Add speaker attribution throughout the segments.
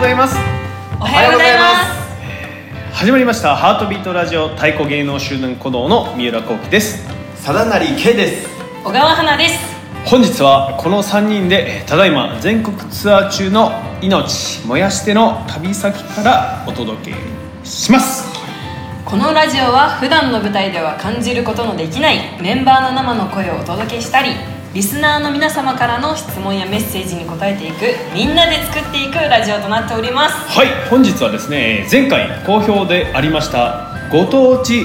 Speaker 1: ざいます
Speaker 2: おはようございます
Speaker 1: 始まりましたハートビートラジオ太鼓芸能集団鼓動の三浦幸喜です
Speaker 3: 貞成圭です
Speaker 2: 小川花です
Speaker 1: 本日はこの3人でえーただいま全国ツアー中の命燃やしての旅先からお届けします
Speaker 2: このラジオは普段の舞台では感じることのできないメンバーの生の声をお届けしたりリスナーの皆様からの質問やメッセージに答えていくみんなで作っていくラジオとなっております
Speaker 1: はい本日はですねえー前回好評でありましたご当地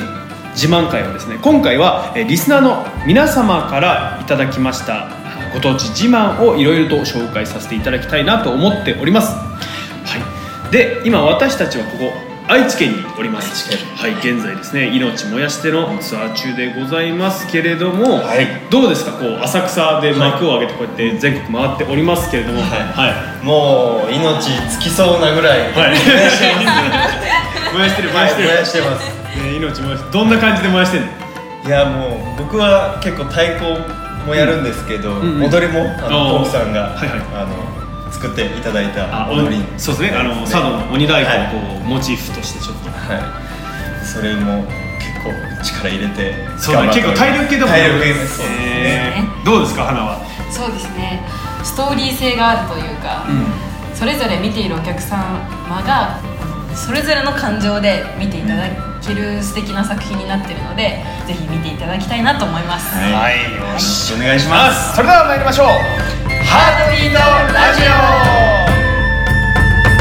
Speaker 1: 自慢会をですね今回はえーリスナーの皆様からいただきましたご当地自慢をいろいろと紹介させていただきたいなと思っておりますはいで今私たちはここ愛知県におります
Speaker 3: 愛知
Speaker 1: はい現在ですね命燃やしてのツアー中でございますけれども、
Speaker 3: はい
Speaker 1: どうですかこう浅草で幕を上げてこうやって全国回っておりますけれども
Speaker 3: はい
Speaker 1: はい
Speaker 3: もう命尽きそうなぐらい
Speaker 1: はい
Speaker 3: 燃やしてます
Speaker 1: 燃やしてる燃
Speaker 3: は
Speaker 1: や
Speaker 3: い
Speaker 1: してる、
Speaker 3: 燃やしてます
Speaker 1: ね、命燃やしてどんな感じで燃やしてんの
Speaker 3: いやもう僕は結構太鼓もやるんですけど、
Speaker 1: んうんうん
Speaker 3: 踊りもあの
Speaker 1: おー
Speaker 3: コウキさんが、
Speaker 1: はいはい
Speaker 3: あの作っていただいた
Speaker 1: お
Speaker 3: 踊り
Speaker 1: そうですねあの佐渡の鬼太鼓をこう、モチーフとしてちょっと
Speaker 3: はい、はい、それも結構力入れて
Speaker 1: そうだね結構体力系だもん
Speaker 3: 体力系ですそうです
Speaker 1: えーどうですか花は
Speaker 2: そうですねストーリー性があるというか、それぞれ見ているお客様がそれぞれの感情で見ていただける素敵な作品になっているのでぜひ見ていただきたいなと思います、
Speaker 3: はい、
Speaker 1: はい
Speaker 3: よろしくお願いします
Speaker 1: それでは参りましょう
Speaker 3: ハートビートラジオ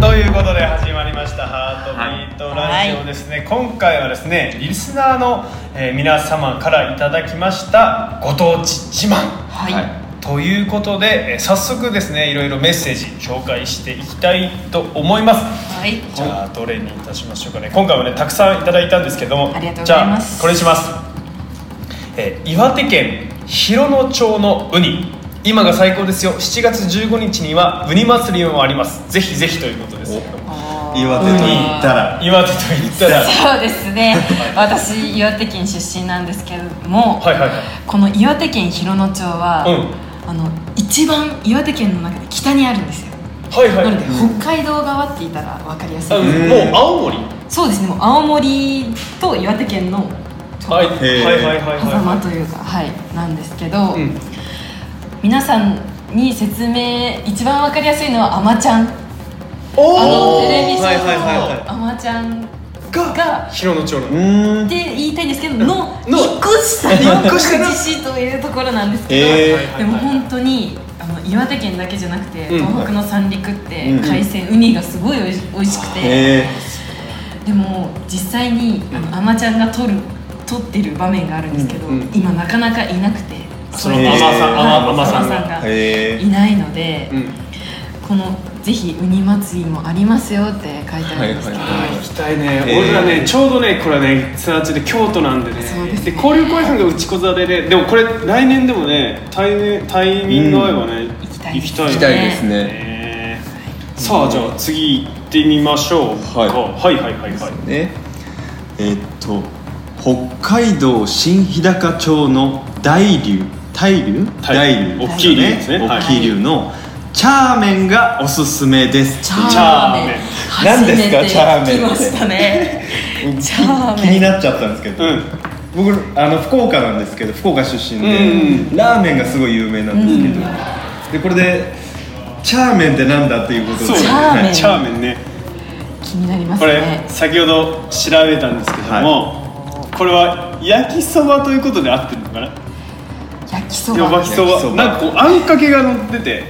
Speaker 1: ということで始まりました「ハートビートラジオ」ですね、今回はですねリスナーの、えー皆様からいただきましたご当地自慢
Speaker 2: はい、
Speaker 3: はい
Speaker 1: ということで、えー早速ですねいろいろメッセージ紹介していきたいと思います
Speaker 2: はい
Speaker 1: じゃあどれにいたしましょうかね今回はねたくさんいただいたんですけども
Speaker 2: ありがとうございます
Speaker 1: じゃあこれにします、えー岩手県広野町のウニ今が最高ですよ7月15日にはウニ祭りもありますぜひぜひということです
Speaker 3: 岩手と言ったら
Speaker 1: 岩手と言ったら
Speaker 2: そうですね私岩手県出身なんですけれども、
Speaker 1: はいはいはい
Speaker 2: この岩手県広野町は、
Speaker 1: う
Speaker 2: あの一番岩手県の中で北にあるんですよ
Speaker 1: はいは
Speaker 2: ないので、北海道側って言ったら分かりやすい、
Speaker 1: うん
Speaker 3: うん
Speaker 1: もう青森
Speaker 2: そうですねもう青森と岩手県のちょ
Speaker 1: はい
Speaker 2: っ
Speaker 1: はいはいはいはい
Speaker 2: と狭間というかはいなんですけど、
Speaker 1: うん
Speaker 2: 皆さんに説明一番分かりやすいのは「あまちゃん」あの
Speaker 1: お
Speaker 2: テ
Speaker 1: ー
Speaker 2: レビショ
Speaker 3: はいはいはい
Speaker 2: ー
Speaker 3: はい
Speaker 2: の「あまちゃん」
Speaker 1: が
Speaker 2: が
Speaker 1: 広野町の
Speaker 3: うん
Speaker 2: って言いたいんですけど、の
Speaker 1: の
Speaker 2: 一個下の
Speaker 1: 一個下の
Speaker 2: 富士市というところなんですけど、
Speaker 3: え
Speaker 1: ー
Speaker 2: でも本当にあの岩手県だけじゃなくて、
Speaker 1: うん
Speaker 2: 東北の三陸って、
Speaker 3: うん
Speaker 2: 海鮮ウニがすごいおいし美味しくて、
Speaker 3: え
Speaker 2: でも実際にあのアマちゃんが取る取ってる場面があるんですけど、
Speaker 1: うんうん
Speaker 2: 今なかなかいなくて
Speaker 1: その
Speaker 2: れで
Speaker 1: 海女さん
Speaker 2: はい
Speaker 1: 海女さんが
Speaker 2: 海女さん
Speaker 3: ー、
Speaker 2: が
Speaker 3: え
Speaker 2: いないので、
Speaker 1: うん
Speaker 2: この「ぜひウニ祭りもありますよ」って書いてあるんですけど、
Speaker 3: はいはいはい
Speaker 1: 行きたいね、
Speaker 3: えー
Speaker 1: 俺らねちょうどねこれはねツアー中で京都なんでね
Speaker 2: そうですね
Speaker 1: 交流会班が打ちこざれででもこれ来年でもねタイミタイミング合えばね、
Speaker 2: 行きたい
Speaker 1: 行きたい
Speaker 3: 行
Speaker 1: ね
Speaker 3: きたいですね
Speaker 1: ねさあじゃあ次行ってみましょうか、
Speaker 3: はい
Speaker 1: はい、はいはいはい
Speaker 3: ねえーっと北海道新日高町の大竜大竜
Speaker 1: 大
Speaker 3: 大竜
Speaker 1: 大きい竜ですねはい
Speaker 3: 大きい竜のチャーメンがおすすめです
Speaker 2: チャーメン
Speaker 3: チャーメン
Speaker 2: 初めて
Speaker 3: 何ですかチャーメンって
Speaker 2: 来ましたねチャーメン
Speaker 3: 気になっちゃったんですけど、
Speaker 1: うん
Speaker 3: 僕あの福岡なんですけど福岡出身で、
Speaker 1: うん
Speaker 3: ラーメンがすごい有名なんですけど、でこれでチャーメンってなんだっていうことで
Speaker 1: そう
Speaker 2: チャーメ
Speaker 1: ね
Speaker 2: ン
Speaker 1: チャーメンね
Speaker 2: 気になります
Speaker 1: これ、
Speaker 2: ね
Speaker 1: 先ほど調べたんですけども、これは焼きそばということで合ってるのかな
Speaker 2: 焼きそ
Speaker 1: でも
Speaker 2: ば
Speaker 1: 巻きそば
Speaker 3: 焼きそば
Speaker 1: なんかこうあんかけが乗ってて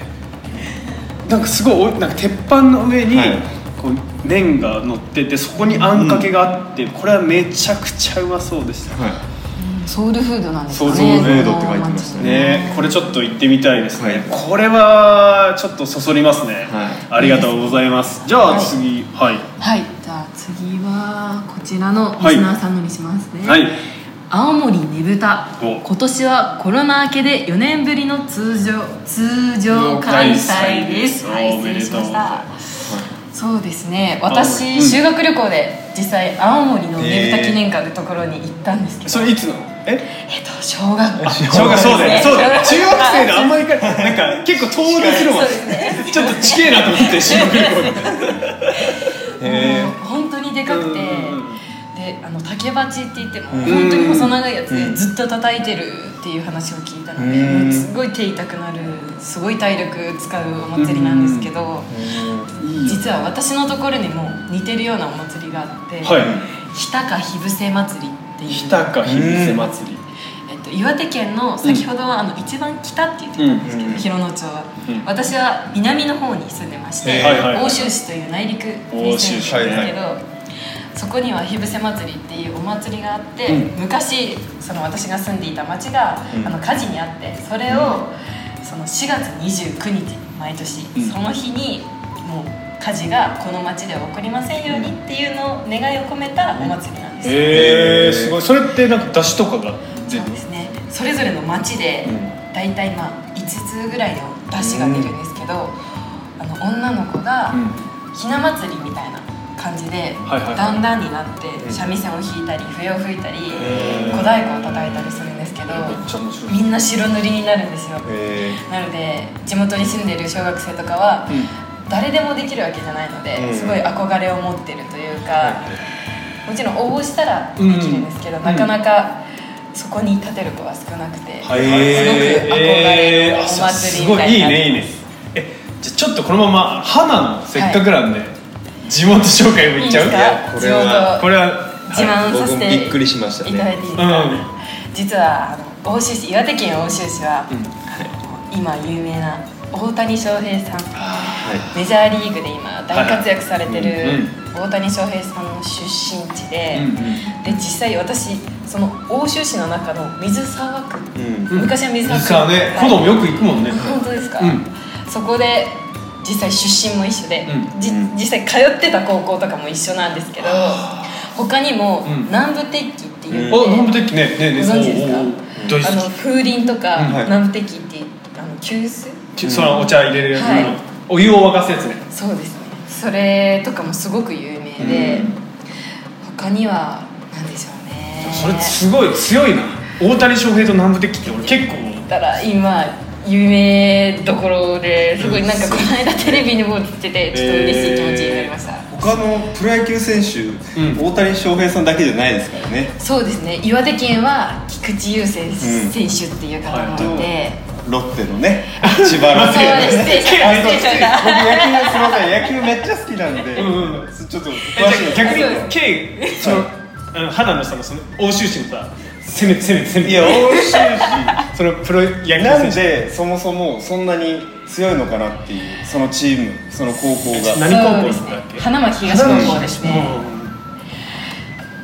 Speaker 1: なんかすごいおなんか鉄板の上に、
Speaker 3: はい
Speaker 1: こう麺が乗っててそこにあんかけがあって、これはめちゃくちゃうまそうでした
Speaker 3: はい
Speaker 2: ソウルフードなんですかね
Speaker 1: ソウルフ
Speaker 3: ードって書いてました
Speaker 1: ねこれちょっと行ってみたいですね、
Speaker 3: はい
Speaker 1: これはちょっとそそりますね、
Speaker 3: はい
Speaker 1: ありがとうございますじゃあ
Speaker 2: はい
Speaker 1: 次はい
Speaker 2: はいじゃあ次はこちらのリスナーさんのにしますね、
Speaker 1: はい、
Speaker 2: 青森ねぶた
Speaker 1: お
Speaker 2: 今年はコロナ明けで4年ぶりの通常通常開催ですはい
Speaker 1: お
Speaker 2: 失
Speaker 1: めでと
Speaker 2: 礼
Speaker 1: う
Speaker 2: し
Speaker 1: ござ
Speaker 2: ま
Speaker 1: い
Speaker 2: した
Speaker 1: ます
Speaker 2: そうですね
Speaker 1: 青
Speaker 2: 私、
Speaker 1: 森うん
Speaker 2: 修学旅行で実際青森のねぶ
Speaker 3: へ
Speaker 2: た
Speaker 3: ー
Speaker 2: 記念館ってところに行ったんですけど、
Speaker 1: それいつなのえ
Speaker 2: えっと小学校
Speaker 1: 小学そうだよそうだよ中学生のあん
Speaker 2: り
Speaker 1: まりかなんか結構遠出するもん
Speaker 2: そうですね
Speaker 1: ちょっと地形なと思 って修学旅行にへ
Speaker 2: もう本当にでかく
Speaker 1: う
Speaker 2: て
Speaker 1: ん
Speaker 2: であの竹鉢って言っても
Speaker 3: うん
Speaker 2: 本当に細長いやつ
Speaker 1: うん
Speaker 2: でずっと叩いてるっていう話を聞いたので
Speaker 1: うん
Speaker 2: もうすごい手痛くなるすごい体力使うお祭りなんですけど
Speaker 1: ー
Speaker 2: 実は私のところにも似てるようなお祭りがあって
Speaker 1: はい
Speaker 2: 日高火伏せ祭りっていう
Speaker 1: 日高火伏せ祭り
Speaker 2: えっと、岩手県の先ほどは、あの一番北って言ってたんですけど、
Speaker 1: うんうん
Speaker 2: 広野町は、
Speaker 1: うん
Speaker 2: 私は南の方に住んでまして、
Speaker 3: へーはい
Speaker 1: はいはい
Speaker 2: 奥州市という内陸に住んでるんですけど、
Speaker 3: 奥州市はい
Speaker 2: そこには火伏せ祭りっていうお祭りがあって、
Speaker 1: う
Speaker 2: 昔その私が住んでいた町が、
Speaker 3: うん
Speaker 2: あの火事にあってそれを、その4月29日毎年、
Speaker 1: うん
Speaker 2: その日にもう火事がこの町では起こりませんようにっていうのを願いを込めたお祭りなんですよ。
Speaker 1: へえすごいそれってなんか出汁とかが
Speaker 2: そ
Speaker 1: 全
Speaker 2: う
Speaker 1: 部
Speaker 2: ですねそれぞれの町で
Speaker 1: うん
Speaker 2: 大体まあ5つぐらいの出汁が出るんですけど、あの女の子が
Speaker 1: うん
Speaker 2: ひな祭りみたいな感じで、
Speaker 1: はいはいはい
Speaker 2: だんだんになって
Speaker 1: うん
Speaker 2: 三味線を弾いたり笛を吹いたり
Speaker 1: へー
Speaker 2: 小太鼓を叩いたりするんですけど
Speaker 1: めっちゃ面白い
Speaker 2: みんな白塗りになるんですよ
Speaker 3: え
Speaker 2: なので地元に住んでる小学生とかは
Speaker 1: うん
Speaker 2: 誰でもできるわけじゃないので、
Speaker 3: うん
Speaker 2: すごい憧れを持ってるというか、もちろん応募したらできるんですけど、
Speaker 1: うん
Speaker 2: なかなかそこに立てる子は少なくて、
Speaker 1: はい
Speaker 2: すごく憧れの
Speaker 1: えー
Speaker 2: お祭りみたいになってます
Speaker 1: あそうすごいいいねいいねえじゃあちょっとこのまま花のせっかくなんで、地元紹介もいっちゃう
Speaker 2: いいですか
Speaker 3: いやこれは
Speaker 1: これは
Speaker 2: 自
Speaker 1: はい
Speaker 2: 慢させ
Speaker 3: 僕も
Speaker 2: て
Speaker 3: びっくりしましたね
Speaker 2: いただいていいですか、実はあの奥州市岩手県奥州市は、あの今有名な大谷翔平さん
Speaker 3: は
Speaker 2: メジャーリーグで今大活躍されて
Speaker 1: はいはい
Speaker 2: る大谷翔平さんの出身地で、
Speaker 1: うん
Speaker 2: で実際私その奥州市の中の水沢区、
Speaker 3: い、うん
Speaker 1: うん
Speaker 2: 昔は水沢区
Speaker 1: 実はね子供よく行くもんね、
Speaker 2: 本当ですか、
Speaker 1: うん
Speaker 2: そこで実際出身も一緒で、
Speaker 1: う
Speaker 2: じ
Speaker 3: うん
Speaker 2: 実際通ってた高校とかも一緒なんですけど他にも
Speaker 1: うん
Speaker 2: 南部鉄器っていう、
Speaker 1: あ南部鉄器ねねね
Speaker 2: ご存知ですか
Speaker 1: おうおうおう大
Speaker 2: あの
Speaker 1: 好
Speaker 2: 風鈴とか、
Speaker 1: うん
Speaker 3: はい
Speaker 2: 南部鉄器っていうあの急須
Speaker 1: きそのお茶入れるやつ、
Speaker 2: はい
Speaker 1: お湯を沸かすやつね
Speaker 2: そうですねそれとかもすごく有名で、
Speaker 1: うん
Speaker 2: 他には何でしょうね
Speaker 1: それすごい強いな大谷翔平と南部鉄器って俺結構
Speaker 2: だから今有名どころですごいなんかこの間テレビにも出ててちょっと嬉しい気持ちになりました、
Speaker 3: 他のプロ野球選手、
Speaker 1: うん
Speaker 3: 大谷翔平さんだけじゃないですからね
Speaker 2: そうですね岩手県は菊池雄星
Speaker 3: ん
Speaker 2: 選手っていう方もいて、
Speaker 1: はい
Speaker 3: ロッテのね千葉ロッ
Speaker 2: そうで
Speaker 3: テ
Speaker 2: す失礼し ました失礼しました
Speaker 3: 僕野球がすみません野球めっちゃ好きなんで、
Speaker 1: うんう
Speaker 3: ちょっと詳
Speaker 1: え
Speaker 3: しい
Speaker 1: じゃあ逆
Speaker 2: あそうで
Speaker 1: に K その、あの花のさその欧州市のさ攻めて攻めて攻めて
Speaker 3: いや欧州
Speaker 1: そのプロ野球
Speaker 3: 市
Speaker 1: 選手
Speaker 3: なんでそもそもそんなに強いのかなっていうそのチームその高校が
Speaker 1: 何高校だっけ
Speaker 2: そうですね花巻東高校ですね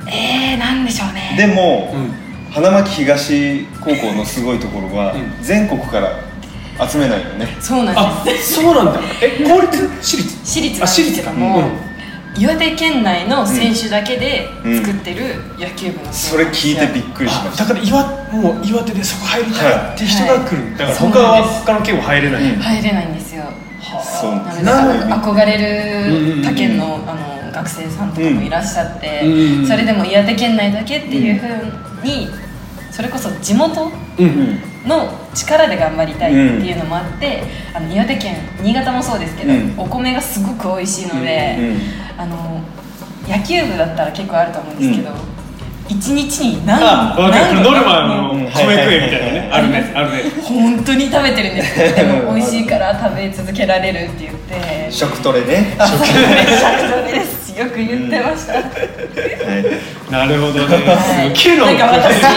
Speaker 2: えー、なんでしょうね
Speaker 3: でも、
Speaker 1: うん
Speaker 3: 花巻東高校のすごいところは、
Speaker 1: うん
Speaker 3: 全国から集めないよね
Speaker 2: そうなん
Speaker 1: あ
Speaker 2: で
Speaker 1: そうなんだえ公立私立
Speaker 2: す私立な
Speaker 1: あ私立
Speaker 2: んですけど
Speaker 1: か
Speaker 2: も、
Speaker 1: うん
Speaker 2: 岩手県内の選手だけで作ってる野球部の
Speaker 3: それ聞いてびっくりしま
Speaker 1: あ
Speaker 3: し
Speaker 1: だ
Speaker 3: た
Speaker 1: から岩もう岩手でそこ入りたいって人が来る、だから
Speaker 2: そう
Speaker 1: 他
Speaker 2: なんです
Speaker 1: は他の県は入れない、
Speaker 3: うん
Speaker 2: 入れないんですよ
Speaker 3: そう
Speaker 2: なので
Speaker 3: なん
Speaker 2: 憧れる他県のあの学生さんとかもいらっしゃって、
Speaker 1: うん
Speaker 2: それでも岩手県内だけっていうふうに、それこそ地元
Speaker 1: うん
Speaker 3: うん
Speaker 2: の力で頑張りたいっていうのもあって、あの岩手県新潟もそうですけど、
Speaker 3: うん
Speaker 2: お米がすごく美味しいので、
Speaker 3: うん
Speaker 2: あの野球部だったら結構あると思うんですけど、
Speaker 3: う
Speaker 2: 一日に何
Speaker 1: あ分かる
Speaker 2: 何
Speaker 1: ノルマの
Speaker 3: うん
Speaker 1: 米食えみたいなねあるねあるね
Speaker 2: 本当に食べてるんですよでも美味しいから食べ続けられるって言って
Speaker 3: 食トレね、
Speaker 2: あそうです食トレですよく言ってました、
Speaker 3: はい
Speaker 1: なるほど
Speaker 2: は
Speaker 1: ね
Speaker 2: い
Speaker 1: すげえな
Speaker 2: なんか 私よ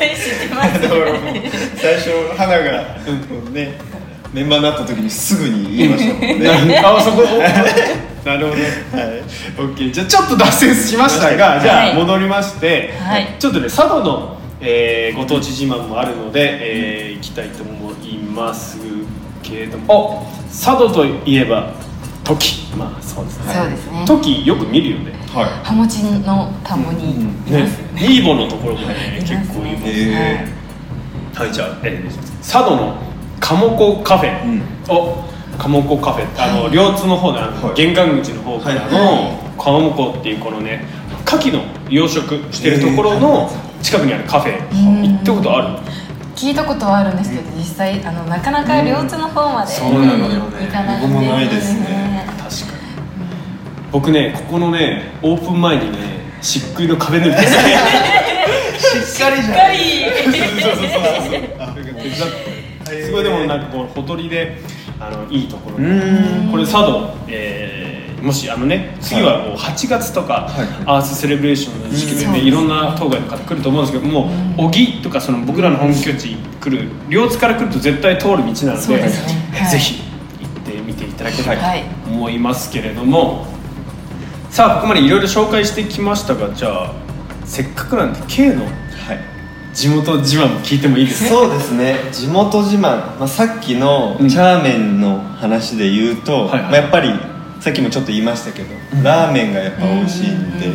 Speaker 2: りすごい知ってます
Speaker 3: だからもう
Speaker 2: ね
Speaker 3: 最初花が、ねメンバーになった時にすぐに言いましたもんね。
Speaker 1: あ そこおなるほど
Speaker 3: はい、
Speaker 1: オッケーじゃあちょっと脱線しましたがじ
Speaker 2: は
Speaker 1: ゃあ
Speaker 2: い
Speaker 1: 戻りまして、
Speaker 2: はい
Speaker 1: ちょっとね佐渡の、えーご当地自慢もあるので、えー行きたいと思いますけれどもお佐渡といえばトキまあそうですね
Speaker 2: そうですね
Speaker 1: トキよく見るよね
Speaker 3: は
Speaker 2: ハモチの田んぼにい
Speaker 1: ね
Speaker 2: ますよね、
Speaker 1: イーボのところもね
Speaker 2: います
Speaker 1: 結
Speaker 2: ね
Speaker 1: 構いいもん
Speaker 3: へえ
Speaker 2: は
Speaker 1: は
Speaker 2: い
Speaker 1: いじゃあ、えー佐渡の鴨子カフェ、
Speaker 3: うん
Speaker 1: お鴨子カフェあの、
Speaker 2: はい
Speaker 1: 両津の方のあの
Speaker 3: はい
Speaker 1: 玄関口の方から
Speaker 3: はい
Speaker 1: の鴨子っていうこのね牡蠣の養殖してるところの近くにあるカフェ
Speaker 2: うん
Speaker 1: 行ったことある
Speaker 2: 聞いたことはあるんですけど実際あのなかなか両津の方まで
Speaker 3: う
Speaker 2: 行
Speaker 3: んそうなのよね
Speaker 2: かないん
Speaker 3: 僕もないですね
Speaker 1: 確かに僕ねここのねオープン前にね漆喰の壁塗りですねしっかりじゃん
Speaker 2: かり
Speaker 1: そうそうそうそうすごいでもなんかこうほとりであのいいところ
Speaker 3: う
Speaker 1: に
Speaker 3: ーん
Speaker 1: これ佐渡、えーもしあのね次はもう8月とか、
Speaker 3: はい
Speaker 1: アースセレブレーションの時期で、
Speaker 2: うん
Speaker 1: ねいろんな当該の方来ると思うんですけどもう小木とかその僕らの本拠地来る両津から来ると絶対通る道なので
Speaker 2: そうですねはい
Speaker 1: ぜひ行ってみていただけた
Speaker 2: はいい
Speaker 1: と思いますけれども、さあここまでいろいろ紹介してきましたがじゃあせっかくなんで K の
Speaker 3: はい
Speaker 1: 地元自慢も聞いてもいいですか
Speaker 3: そうですね地元自慢、まあ、さっきの
Speaker 1: うん
Speaker 3: チャーメンの話で言う
Speaker 1: は
Speaker 3: と、
Speaker 1: いはい
Speaker 3: まあ、やっぱりさっきもちょっと言いましたけど、
Speaker 1: うん
Speaker 3: ラーメンがやっぱ美味しいんで、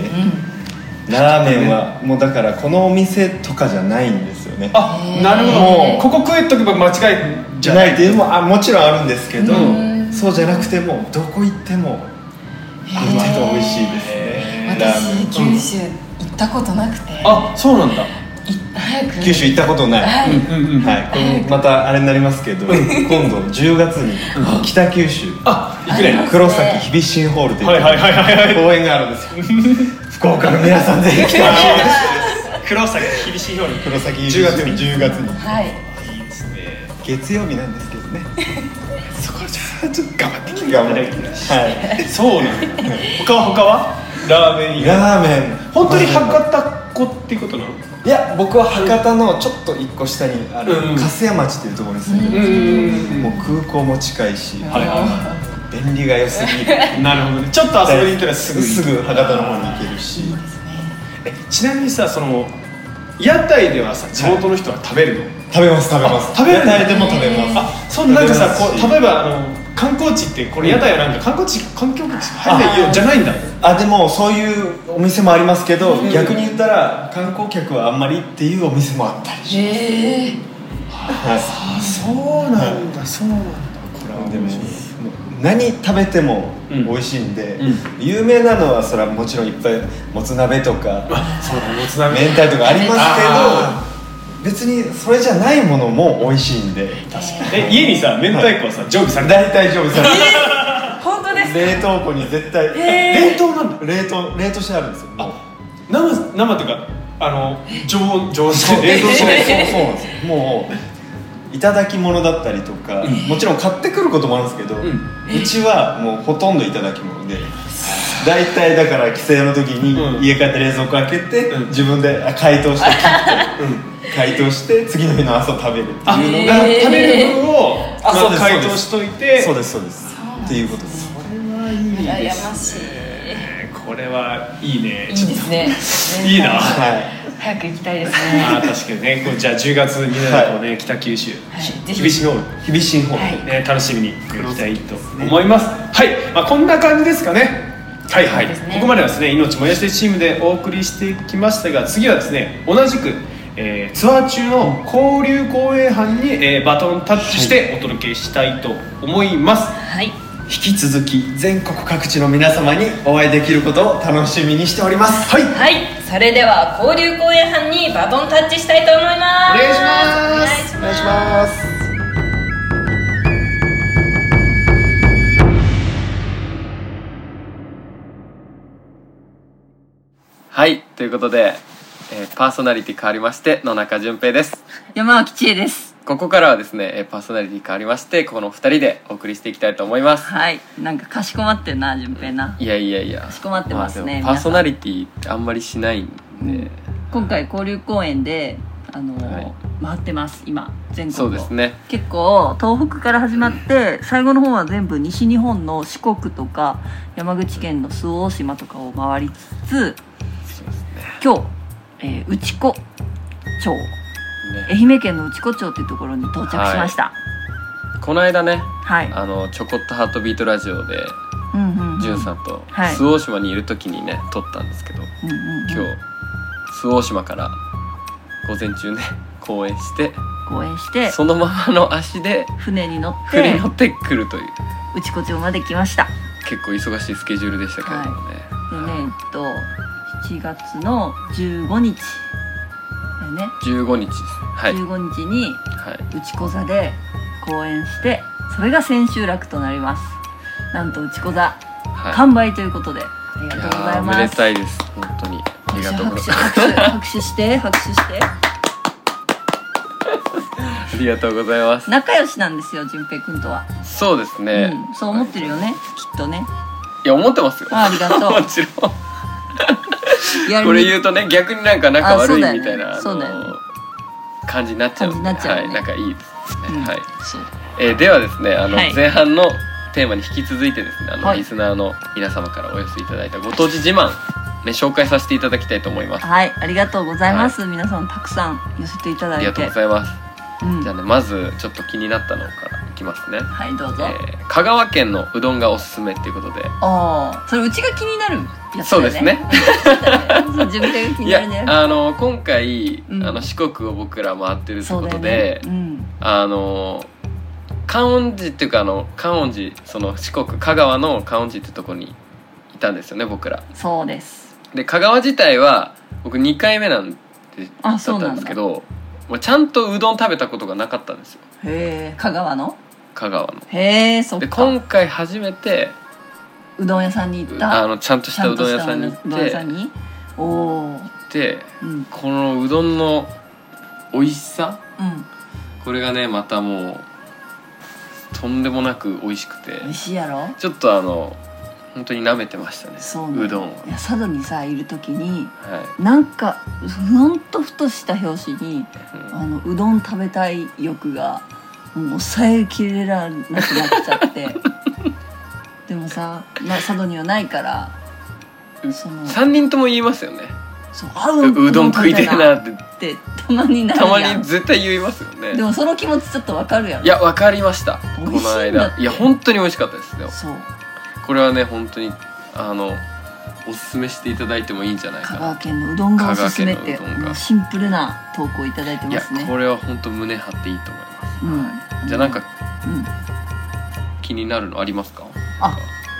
Speaker 3: ラーメンはもうだからこのお店とかじゃないんですよね
Speaker 1: あ
Speaker 2: へー
Speaker 1: なる
Speaker 3: もう
Speaker 1: ほどここ食えとけば間違い
Speaker 3: じゃないっていうのもあもちろんあるんですけど、
Speaker 2: うん
Speaker 3: そうじゃなくてもどこ行ってもこの人美味しいですねラーメ
Speaker 2: 私
Speaker 3: ン
Speaker 2: 九州行ったことなくて
Speaker 1: あそうなんだ
Speaker 2: い早く
Speaker 3: 九州行ったことない、
Speaker 2: はい
Speaker 1: うんうんうん
Speaker 3: はい、これまたあれになりますけど今度10月に北九州
Speaker 1: あ行くね
Speaker 3: 黒崎ひびしんホールという
Speaker 1: はいはいはいはいはい
Speaker 3: 公園があるんですよ福岡の皆さんぜひ来てほしいで す
Speaker 1: 黒崎厳しいように
Speaker 3: 黒崎10月に10月に
Speaker 2: はい
Speaker 1: いいですね
Speaker 3: 月曜日なんですけどね
Speaker 1: そこじゃあちょっと頑張ってきて
Speaker 3: 頑張っ
Speaker 1: い
Speaker 3: て
Speaker 1: ただきます
Speaker 3: は
Speaker 1: そうなんだ他は他はラーメン以
Speaker 3: い
Speaker 1: 外
Speaker 3: ラーメン
Speaker 1: 本当に博多っ子っていうことなの
Speaker 3: いや僕は博多のちょっと一個下にある
Speaker 1: うん
Speaker 3: 粕屋町っていうところに住んでるんですけどもう空港も近いし
Speaker 1: はいは
Speaker 3: 便利が良 すぎる
Speaker 1: なるほどねちょっと遊びに行ったらすぐ
Speaker 3: す
Speaker 1: 行く
Speaker 3: ぐ博多の方に行けるし
Speaker 1: えちなみにさその屋台ではさ地元の人は食べるの
Speaker 3: 食べます食べます
Speaker 1: あ食べる
Speaker 3: 屋
Speaker 1: んだ
Speaker 3: 台でも食べます
Speaker 1: あそうなんかさこ
Speaker 3: 食べますし
Speaker 1: う例えばあの観光地ってこれ屋台はなんか観光地観光地入んないよじゃないんだ
Speaker 3: あでもそういうお店もありますけど逆に言ったら観光客はあんまりっていうお店もあったりし
Speaker 2: へえ
Speaker 3: ますはい
Speaker 1: あそうなんだそうなんだこれ
Speaker 3: でももう何食べても美味しいんで、
Speaker 1: うん
Speaker 3: 有名なのはそれはもちろんいっぱいもつ鍋とか
Speaker 1: そうだねもつ鍋
Speaker 3: 明太とかあり
Speaker 1: あ
Speaker 3: ますけど別にそれじゃないものも美味しいんで
Speaker 1: え家にさ明太子はさ常備されてる
Speaker 3: 大体丈夫さ
Speaker 2: 本当です
Speaker 3: 冷凍庫に絶対
Speaker 2: へー
Speaker 1: 冷凍なんだ
Speaker 3: 冷凍冷凍してあるんですよもう
Speaker 1: 生生っていうかあの常温常温し
Speaker 3: そう
Speaker 1: て冷凍し
Speaker 3: そう
Speaker 1: て
Speaker 3: そうそうなんですよもういただき物だったりとか、もちろん買ってくることもあるんですけど、うんちはもうほとんどいただき物で大体だから帰省の時
Speaker 1: うん
Speaker 3: に家帰って冷蔵庫開けて、
Speaker 1: うん
Speaker 3: 自分であ解凍して切って解凍して次の日の朝食べるっていう
Speaker 1: あ
Speaker 2: へー
Speaker 1: だから食べる分を
Speaker 3: あそ
Speaker 1: まあ
Speaker 3: うです
Speaker 1: 解凍しといて
Speaker 3: そうですそうです
Speaker 2: うなんです
Speaker 3: っていうことです
Speaker 2: 羨ましい
Speaker 1: えーこれはいいね
Speaker 2: いいですね
Speaker 1: ちょっといいな
Speaker 3: はい
Speaker 2: 早く行きたいですね
Speaker 1: あー確かにねこうじゃあ10月になるとね北九州
Speaker 2: はいぜひ
Speaker 1: 厳しいの
Speaker 3: 日々新法、
Speaker 2: はい
Speaker 1: ね、楽しみに行きたいと思います。はい、まあ、こんな感じですかね。はいはい、
Speaker 2: そうですね
Speaker 1: ここまではですね、命燃やしてチームでお送りしてきましたが、次はですね、同じく。えーツアー中の交流公演班に、えーバトンタッチしてお届けしたいと思います。
Speaker 2: はい
Speaker 3: 引き続き全国各地の皆様にお会いできることを楽しみにしておりますはい
Speaker 2: はい、それでは交流公演班にバトンタッチしたいと思います。
Speaker 1: お願いします
Speaker 2: お願
Speaker 3: お願
Speaker 2: い
Speaker 3: い
Speaker 2: し
Speaker 3: し
Speaker 2: ます。
Speaker 3: ます
Speaker 4: はい、ということで、えーパーソナリティ変わりまして野中淳平です。
Speaker 5: 山脇千恵です
Speaker 4: ここからはですね、えーパーソナリティ変わりまして、この二人でお送りしていきたいと思います。
Speaker 5: はいなんかかしこまってんな順平ない
Speaker 4: やいやいや。
Speaker 5: かしこまってます
Speaker 4: あ
Speaker 5: ね
Speaker 4: でもパーソナ
Speaker 5: リ
Speaker 4: リティってあんまりしないんで、
Speaker 5: 今回交流公演であのー
Speaker 4: はい
Speaker 5: 回ってます今全
Speaker 4: そ
Speaker 5: 国
Speaker 4: う
Speaker 5: を
Speaker 4: ですね。
Speaker 5: 結構東北から始まって最後の方は全部西日本の四国とか山口県の周防大島とかを回りつつ今日、えー内子町
Speaker 4: ね
Speaker 5: 愛媛県の内子町っていうところに到着しました
Speaker 4: この間ね、
Speaker 5: はい、
Speaker 4: あの、ちょこっとハートビートラジオで、
Speaker 5: うんうん、うん、
Speaker 4: 淳さんと
Speaker 5: はい
Speaker 4: 周防大島にいる時にね、撮ったんですけど、
Speaker 5: うんうんうん
Speaker 4: 今日、周防大島から午前中ね、公演して、
Speaker 5: 公演して
Speaker 4: そのままの足で、
Speaker 5: 船に乗っ
Speaker 4: 振り
Speaker 5: て
Speaker 4: 乗ってくるという
Speaker 5: 内子町まで来ました
Speaker 4: 結構忙しいスケジュールでしたけれどもね、
Speaker 5: でねえっと7月の15日れね
Speaker 4: 15日ですはい、は
Speaker 5: 15日に
Speaker 4: い、
Speaker 5: 内子座で公演してそれが千秋楽となりますなんと内子座
Speaker 4: は
Speaker 5: 完売ということでありが
Speaker 4: い
Speaker 5: とうござ
Speaker 4: や
Speaker 5: い
Speaker 4: ーおめ
Speaker 5: ま
Speaker 4: ですたいです本当にありがとうご
Speaker 5: 拍
Speaker 4: ざい
Speaker 5: 手
Speaker 4: ます
Speaker 5: 拍手拍手して拍手して
Speaker 4: ありがとうございます
Speaker 5: 仲良しなんですよ純平くんとは、
Speaker 4: そうですね、
Speaker 5: うん、そう思ってるよねきっとね
Speaker 4: いや思ってますよ
Speaker 5: あありがと
Speaker 4: も
Speaker 5: う
Speaker 4: ちろん
Speaker 5: いや
Speaker 4: これ
Speaker 5: う
Speaker 4: 言うとね逆になんか仲悪い
Speaker 5: あそうだよね
Speaker 4: みたいな、あの
Speaker 5: そうだよね
Speaker 4: 感じになっちゃうんで
Speaker 5: 感じになっちゃうよね
Speaker 4: はい、仲いいですね、
Speaker 5: うん
Speaker 4: はい、
Speaker 5: そう
Speaker 4: えーではですねあの、
Speaker 5: はい
Speaker 4: 前半のテーマに引き続いてですねあの、
Speaker 5: はい
Speaker 4: リスナーの皆様からお寄せいただいたご当地自慢、ね、紹介させていただきたいと思いますあ
Speaker 5: はいありがとうございます、皆さんたくさん寄せていただ
Speaker 4: り
Speaker 5: いて
Speaker 4: がとうございます
Speaker 5: うん
Speaker 4: じゃあねまずちょっと気になったのからいきますね、
Speaker 5: はいどう
Speaker 4: え
Speaker 5: ぞ、
Speaker 4: ー香川県のうどんがおすすめっていうことで
Speaker 5: ああそれうちが気になるやつだ
Speaker 4: そう
Speaker 5: よね
Speaker 4: ですね
Speaker 5: そう自分が気
Speaker 4: い
Speaker 5: にな
Speaker 4: や
Speaker 5: るね
Speaker 4: あの今回、
Speaker 5: うん
Speaker 4: あの四国を僕ら回ってるって
Speaker 5: そ
Speaker 4: こ
Speaker 5: うだ
Speaker 4: と
Speaker 5: よ
Speaker 4: で
Speaker 5: ね、うん、
Speaker 4: あの観音寺っていうかあの観音寺その四国香川の観音寺ってとこにいたんですよね僕ら
Speaker 5: そうです
Speaker 4: で香川自体は僕2回目なんでだ
Speaker 5: あ
Speaker 4: った
Speaker 5: そうなん
Speaker 4: ん
Speaker 5: だ
Speaker 4: ですけどもうちゃんとうどん食べたことがなかったんですよ
Speaker 5: へえ香川の
Speaker 4: 香川の
Speaker 5: へえそっ
Speaker 4: で
Speaker 5: か
Speaker 4: 今回初めて
Speaker 5: うどん屋さんに行っ
Speaker 4: う
Speaker 5: た
Speaker 4: あのちゃんとしたうどん屋さんに
Speaker 5: ちゃ
Speaker 4: 行っ
Speaker 5: としたうどん屋
Speaker 4: て
Speaker 5: さんにおおー
Speaker 4: で
Speaker 5: うんうん
Speaker 4: このうどんの美味しさこれがねまたもうとんでもなく美味しくて
Speaker 5: 美味しいやろ
Speaker 4: ちょっとあの本当に舐めてましたね
Speaker 5: そうなの
Speaker 4: うどんを
Speaker 5: いや佐渡にさいる時に
Speaker 4: はい、
Speaker 5: なんかほんとふとした拍子に
Speaker 4: うん
Speaker 5: あのうどん食べたい欲がもう抑えきれなくなっちゃって でもさ、まあ、佐渡にはないからその
Speaker 4: 3人とも言いますよね
Speaker 5: そう合う
Speaker 4: ううどん食いてえなって
Speaker 5: ってたまになる
Speaker 4: た
Speaker 5: や
Speaker 4: ま
Speaker 5: ん
Speaker 4: に絶対言いますよ
Speaker 5: で
Speaker 4: ね
Speaker 5: もその気持ちちょっとわかるやろ
Speaker 4: いや分かりましたこ
Speaker 5: 美味しいん
Speaker 4: の
Speaker 5: だっ
Speaker 4: 間
Speaker 5: て
Speaker 4: いや本当に美味しかったですよ
Speaker 5: そう
Speaker 4: これはね本当にあのおすすめしていただいてもいいんじゃない
Speaker 5: 香
Speaker 4: か
Speaker 5: 川
Speaker 4: な
Speaker 5: 県のうどんがおすすめって
Speaker 4: 香川県のうどんが
Speaker 5: もうシンプルな投稿いただいて
Speaker 4: い
Speaker 5: ま
Speaker 4: や
Speaker 5: すね
Speaker 4: これは本当胸張っていいと思います、
Speaker 5: うん
Speaker 4: はいじゃあなんか
Speaker 5: うん
Speaker 4: 気になるのありますか
Speaker 5: あ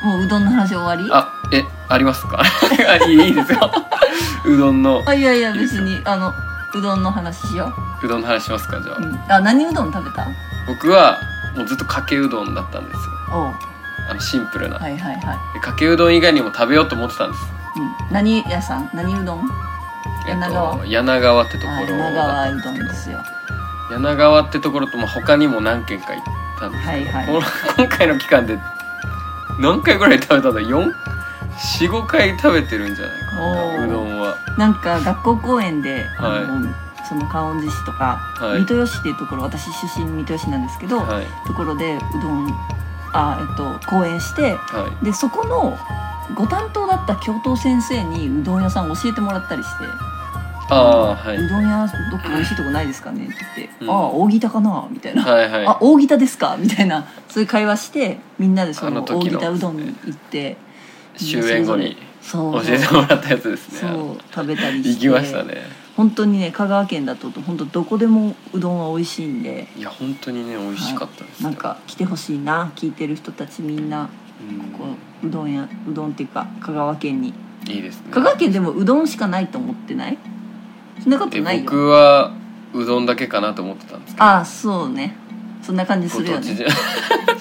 Speaker 5: もううどんの話終わり
Speaker 4: あえありますか あいいいいですようどんの
Speaker 5: あいやいや
Speaker 4: いいで
Speaker 5: 別
Speaker 4: すよ
Speaker 5: にあのうどんの話しよう、
Speaker 4: うどんの話しますかじゃあ、
Speaker 5: うん、あ何うどん食べた
Speaker 4: 僕はもうずっとかけうどんだったんですよ
Speaker 5: おう
Speaker 4: あのシンプルな、
Speaker 5: はいはいは
Speaker 4: でかけうどん以外にも食べようと思ってたんです
Speaker 5: い、うん、何屋さん何うどん柳川
Speaker 4: えっと、柳川ってとこ
Speaker 5: あ
Speaker 4: ろ
Speaker 5: 柳
Speaker 4: だ
Speaker 5: 川
Speaker 4: ったです
Speaker 5: うんどん
Speaker 4: けど
Speaker 5: ですよ
Speaker 4: 柳川ってところと、まあ、他にも何軒か行ったんです
Speaker 5: はいはい
Speaker 4: この今回の期間で何回ぐらい食べたんだ445回食べてるんじゃないかな
Speaker 5: おー
Speaker 4: うどんは
Speaker 5: なんか学校公演で、
Speaker 4: はい
Speaker 5: あのその観音寺市とか、
Speaker 4: はい
Speaker 5: 三豊市っていうところ私出身三豊市なんですけど、
Speaker 4: はい
Speaker 5: ところでうどんあえっと公演して
Speaker 4: は
Speaker 5: でそこのご担当だった教頭先生にうどん屋さん教えてもらったりして
Speaker 4: いあー、はい、
Speaker 5: うどん屋どっか美味しいとこないですかね?」って言って「
Speaker 4: うん
Speaker 5: ああ扇田かな?」みたいな「
Speaker 4: はいはい
Speaker 5: あ扇田ですか?」みたいなそういう会話してみんなでそ
Speaker 4: あ
Speaker 5: の
Speaker 4: の時
Speaker 5: 扇
Speaker 4: の
Speaker 5: 田うどんに行って
Speaker 4: 終演後に
Speaker 5: そ
Speaker 4: 教
Speaker 5: う
Speaker 4: えてもらったやつですね
Speaker 5: そう食べたりして
Speaker 4: 行きましたね
Speaker 5: 本当にね香川県だと本当どこでもうどんは美味しいんで
Speaker 4: いや本当にね美味しかったです、
Speaker 5: なんか来てほしいな聞いてる人たちみんな
Speaker 4: うん
Speaker 5: こううどんやうどんっていうか香川県に
Speaker 4: いいですね
Speaker 5: 香川県でもうどんしかないと思ってないそんなこと
Speaker 4: え
Speaker 5: ないよ
Speaker 4: 僕はうどんだけかなと思ってたんですけど
Speaker 5: ああそうねそんな感じする
Speaker 4: ご
Speaker 5: よ
Speaker 4: 当地
Speaker 5: ね
Speaker 4: 自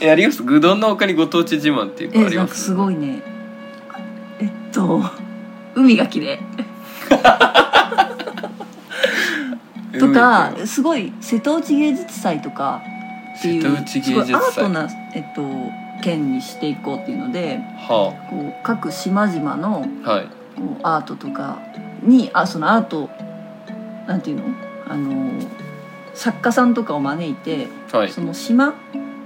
Speaker 4: えありますうどんの他にご当地自慢っていう
Speaker 5: え
Speaker 4: かあり
Speaker 5: な
Speaker 4: ま
Speaker 5: んか
Speaker 4: す
Speaker 5: すごいねえっと海が綺麗とか
Speaker 4: 海
Speaker 5: すごい瀬戸内芸術祭とかっていう
Speaker 4: 瀬戸内芸術祭
Speaker 5: すごいアートな、えっと、県にしていこうっていうので
Speaker 4: は
Speaker 5: こう各島々の
Speaker 4: あはい
Speaker 5: こうアートとかにあそのアートなんていうのあの作家さんとかを招いて
Speaker 4: はい
Speaker 5: その島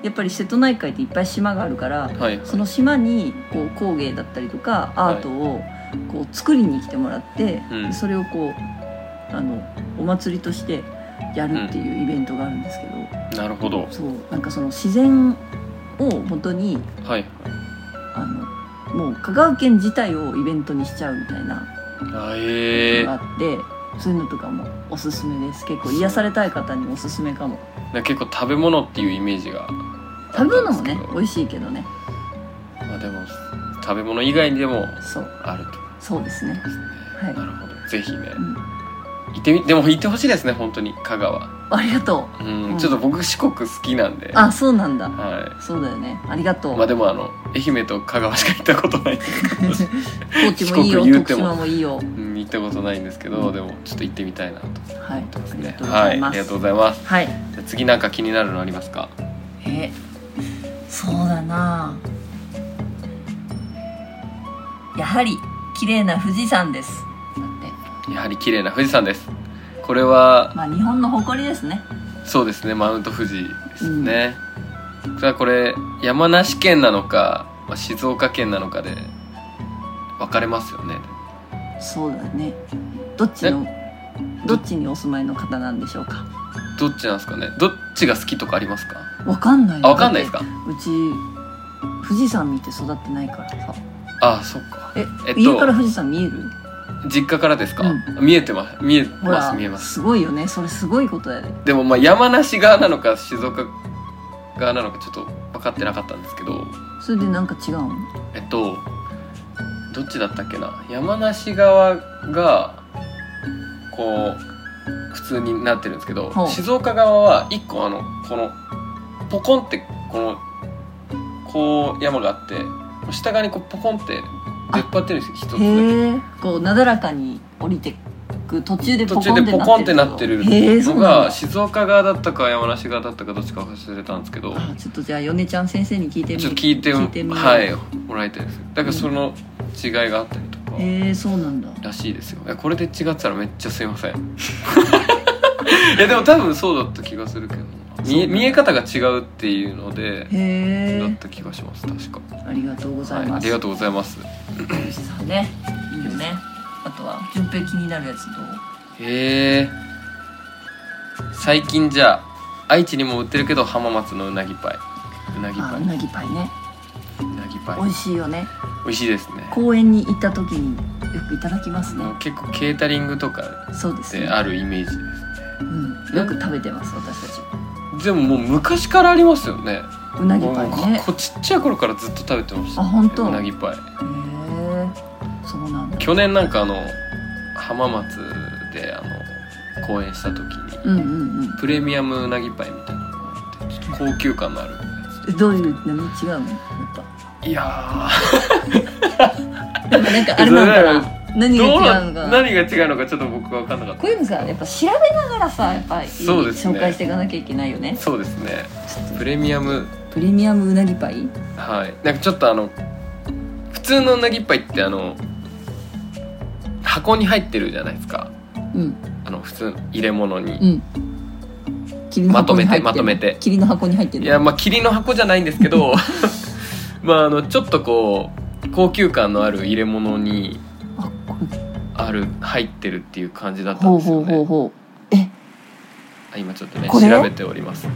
Speaker 5: やっぱり瀬戸内海っていっぱい島があるから
Speaker 4: はい
Speaker 5: その島にこう工芸だったりとかアートをこう作りに来てもらって、
Speaker 4: うん
Speaker 5: でそれをこうあのお祭りとしてやるっていうイベントがあるんですけど、
Speaker 4: なるほど
Speaker 5: そうなんかその自然を元に
Speaker 4: はい
Speaker 5: あのもう香川県自体をイベントにしちゃうみたいな
Speaker 4: あ
Speaker 5: の
Speaker 4: え
Speaker 5: があって、そういうのとかもおすすめです結構癒されたい方におすすめかも
Speaker 4: ー、で結構食べ物っていうイメージが
Speaker 5: 食べ物もね
Speaker 4: あったんで
Speaker 5: 美
Speaker 4: す
Speaker 5: 味しいけどね
Speaker 4: けどまあでも食べ物以外にでも
Speaker 5: そう
Speaker 4: あると
Speaker 5: そうですね
Speaker 4: ですね
Speaker 5: はい
Speaker 4: なるほどぜひね、
Speaker 5: ん
Speaker 4: 行ってみでも行ってほしいですね本当に香川
Speaker 5: ありがと
Speaker 4: うん、
Speaker 5: うん
Speaker 4: ちょっと僕四国好きなんで
Speaker 5: うあそうなんだ
Speaker 4: は
Speaker 5: そうだよねありがと、
Speaker 4: いうまあでもあの愛媛と香川しか行ったこと ない、
Speaker 5: 高知もいいよ
Speaker 4: 四国言う
Speaker 5: 徳
Speaker 4: ても
Speaker 5: 島もいいよ
Speaker 4: うん、行ったことないんですけどでもちょっと行ってみたいなと
Speaker 5: はいあり
Speaker 4: ね
Speaker 5: がとうご
Speaker 4: は
Speaker 5: ざい
Speaker 4: いあ
Speaker 5: ま
Speaker 4: りがと
Speaker 5: す
Speaker 4: うございます
Speaker 5: はい、
Speaker 4: じゃあ次なんか気になるのありますか
Speaker 5: えそうだなやはり綺麗な富士山ですだって
Speaker 4: やはり綺麗な富士山ですこれは
Speaker 5: まあ日本の誇りですね
Speaker 4: そうですねマウント富士ですね、じゃあこれ山梨県なのか、まあ、静岡県なのかで分かれますよね
Speaker 5: そうだねどっちのどっちにお住まいの方なんでしょうか
Speaker 4: どっちなんですかねどっちが好きとかありますか
Speaker 5: わかんない
Speaker 4: あ分かんないです
Speaker 5: か
Speaker 4: か
Speaker 5: うち富士山見て育ってないからさ
Speaker 4: あそっか
Speaker 5: え、
Speaker 4: えっと
Speaker 5: 家から富士山見える
Speaker 4: 実家からですか、
Speaker 5: う
Speaker 4: 見えてます見え
Speaker 5: ほ
Speaker 4: ます
Speaker 5: ら
Speaker 4: 見えます
Speaker 5: すごいよねそれすごいことやで
Speaker 4: でもまあ山梨側なのか静岡側なのかちょっと分かってなかったんですけど
Speaker 5: それでなんか違うの
Speaker 4: えっとどっちだったっけな山梨側がこう普通になってるんですけど
Speaker 5: ほう
Speaker 4: 静岡側は一個あのこのポコンってこのこう山があって下側にこうポコンって出っ張ってるんですよ一つだけ。
Speaker 5: へえこうなだらかに降りてく途中で
Speaker 4: 途
Speaker 5: ポコ
Speaker 4: 中でポコン
Speaker 5: ン
Speaker 4: っ
Speaker 5: ってて
Speaker 4: な
Speaker 5: な
Speaker 4: っ
Speaker 5: ってて
Speaker 4: る
Speaker 5: るへえそ
Speaker 4: の
Speaker 5: うなん
Speaker 4: が
Speaker 5: だ
Speaker 4: 静岡側だったか山梨側だったかどっちか忘れたんですけど
Speaker 5: あちょっとじゃあ米ちゃん先生に聞いてみ
Speaker 4: ちょっと聞いて
Speaker 5: みよう
Speaker 4: はいもらいたいですだからその違いがあったりとか、
Speaker 5: へえそうなんだ
Speaker 4: らしいですよいやこれで違ったらめっちゃすいませんいやでも多分そうだった気がするけど見え見え方が違うっていうので
Speaker 5: へ
Speaker 4: だっ
Speaker 5: え
Speaker 4: た気がします確か、
Speaker 5: ありがとうござ
Speaker 4: はいい、あ
Speaker 5: ます
Speaker 4: りがとうございます
Speaker 5: 富士山ねいいよねあとは順平気になるやつどう
Speaker 4: へえ最近じゃあ愛知にも売ってるけど浜松のうなぎパイうなぎ
Speaker 5: あ
Speaker 4: パイ
Speaker 5: うなぎパイね
Speaker 4: うなぎパイ
Speaker 5: 美味しいよね
Speaker 4: 美味しいですね
Speaker 5: 公園に行った時によくいただきますね
Speaker 4: 結構ケータリングとか
Speaker 5: そうです
Speaker 4: で
Speaker 5: ね
Speaker 4: あるイメージで
Speaker 5: うん、よく食べてます私たち
Speaker 4: すでももう昔からありますよね
Speaker 5: うなぎ
Speaker 4: もう
Speaker 5: パイ
Speaker 4: か
Speaker 5: ねへ
Speaker 4: こちっちゃい頃からずっと食べてました、
Speaker 5: あ本当
Speaker 4: うなぎパイ
Speaker 5: えそうなんだ
Speaker 4: 去年なんかあの浜松であの公演した時に
Speaker 5: うんうんうん
Speaker 4: プレミアムうなぎパイみたいなのがあってちょっと高級感のあるや
Speaker 5: えどういう何違うのやっぱ
Speaker 4: ついや
Speaker 5: やっぱなんかあれなんかな何
Speaker 4: ー
Speaker 5: が違
Speaker 4: どう
Speaker 5: うの
Speaker 4: な
Speaker 5: かな
Speaker 4: 何が違うのかちょっと僕は分かんなかった
Speaker 5: こういうのさやっぱ調べながらさやっぱり
Speaker 4: そうですね
Speaker 5: 紹介していかなきゃいけないよね
Speaker 4: そうですね
Speaker 5: ちょっ
Speaker 4: プレミアム
Speaker 5: とプレミアムうなぎパイ
Speaker 4: はいなんかちょっとあの普通のうなぎパイってあの箱に入ってるじゃないですか
Speaker 5: うん
Speaker 4: あの普通の入れ物に、
Speaker 5: うん霧の箱に入ってる
Speaker 4: まとめてまとめて
Speaker 5: 霧の箱に入ってる
Speaker 4: いやまあ霧の箱じゃないんですけ どまああのちょっとこう高級感のある入れ物に
Speaker 5: あこれ
Speaker 4: ある入ってるっていう感じだったん
Speaker 5: ほう
Speaker 4: ですよ
Speaker 5: ほ
Speaker 4: ね
Speaker 5: うほうほ
Speaker 4: あ今ちょっとね
Speaker 5: これ
Speaker 4: 調べております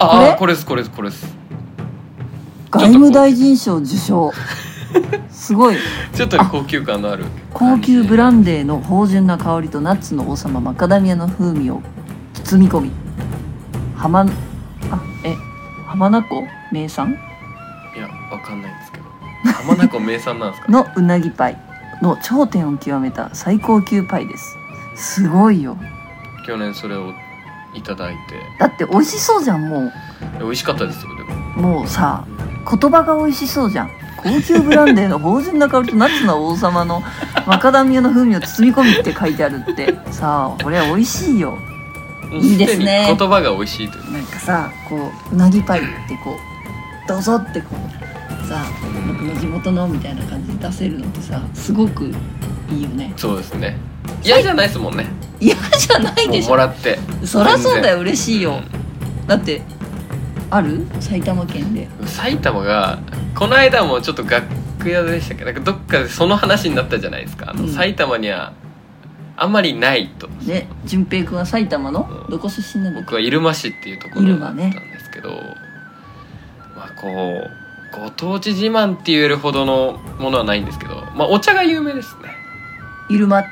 Speaker 4: ああ
Speaker 5: こ
Speaker 4: これですこれですこれです
Speaker 5: う外務大臣賞受賞すごい
Speaker 4: ちょっとね高級感のある
Speaker 5: 高級ブラ
Speaker 4: ン
Speaker 5: ンデーの芳醇な香りとナッツの王様マカダミアの風味を包み込み浜あえ浜名湖名産
Speaker 4: いやわかんないんですけど浜名湖名産なんですか
Speaker 5: のう なぎパイの頂点を極めた最高級パイですすごいよ
Speaker 4: 去年それをいただいて
Speaker 5: だって美味しそうじゃんも
Speaker 4: 美味しかったですよでも
Speaker 5: うもうさ言葉が美味しそうじゃん高級ブランデーの芳醇な香りとナッツの王様のマカダミアの風味を包み込みって書いてあるってさあこれ美味しいよいいです
Speaker 4: でに
Speaker 5: ね
Speaker 4: 言葉が美味しいという
Speaker 5: なんかさこううなぎパイってこう「どうぞ」ってこうさ「僕の地元の」みたいな感じで出せるのってさすごくいいよね
Speaker 4: そうですね嫌じゃないですもんね
Speaker 5: 嫌じゃない
Speaker 4: も
Speaker 5: で
Speaker 4: う
Speaker 5: し
Speaker 4: も
Speaker 5: ょ
Speaker 4: らって
Speaker 5: そりゃそうだよ嬉しいよだってある埼玉県で
Speaker 4: 埼玉がこの間もちょっと楽屋でしたっけなんかどっかでその話になったじゃないですかあの、
Speaker 5: うん
Speaker 4: 埼玉にはあんまりないと
Speaker 5: ね淳平君は埼玉の
Speaker 4: うん
Speaker 5: どこ出身なんだっ
Speaker 4: 僕は入間市っていうところ
Speaker 5: 入
Speaker 4: だ
Speaker 5: 間
Speaker 4: ったん
Speaker 5: ね
Speaker 4: ですけど、まあこうご当地自慢って言えるほどのものはないんですけどまあお茶が有名ですね
Speaker 5: け入間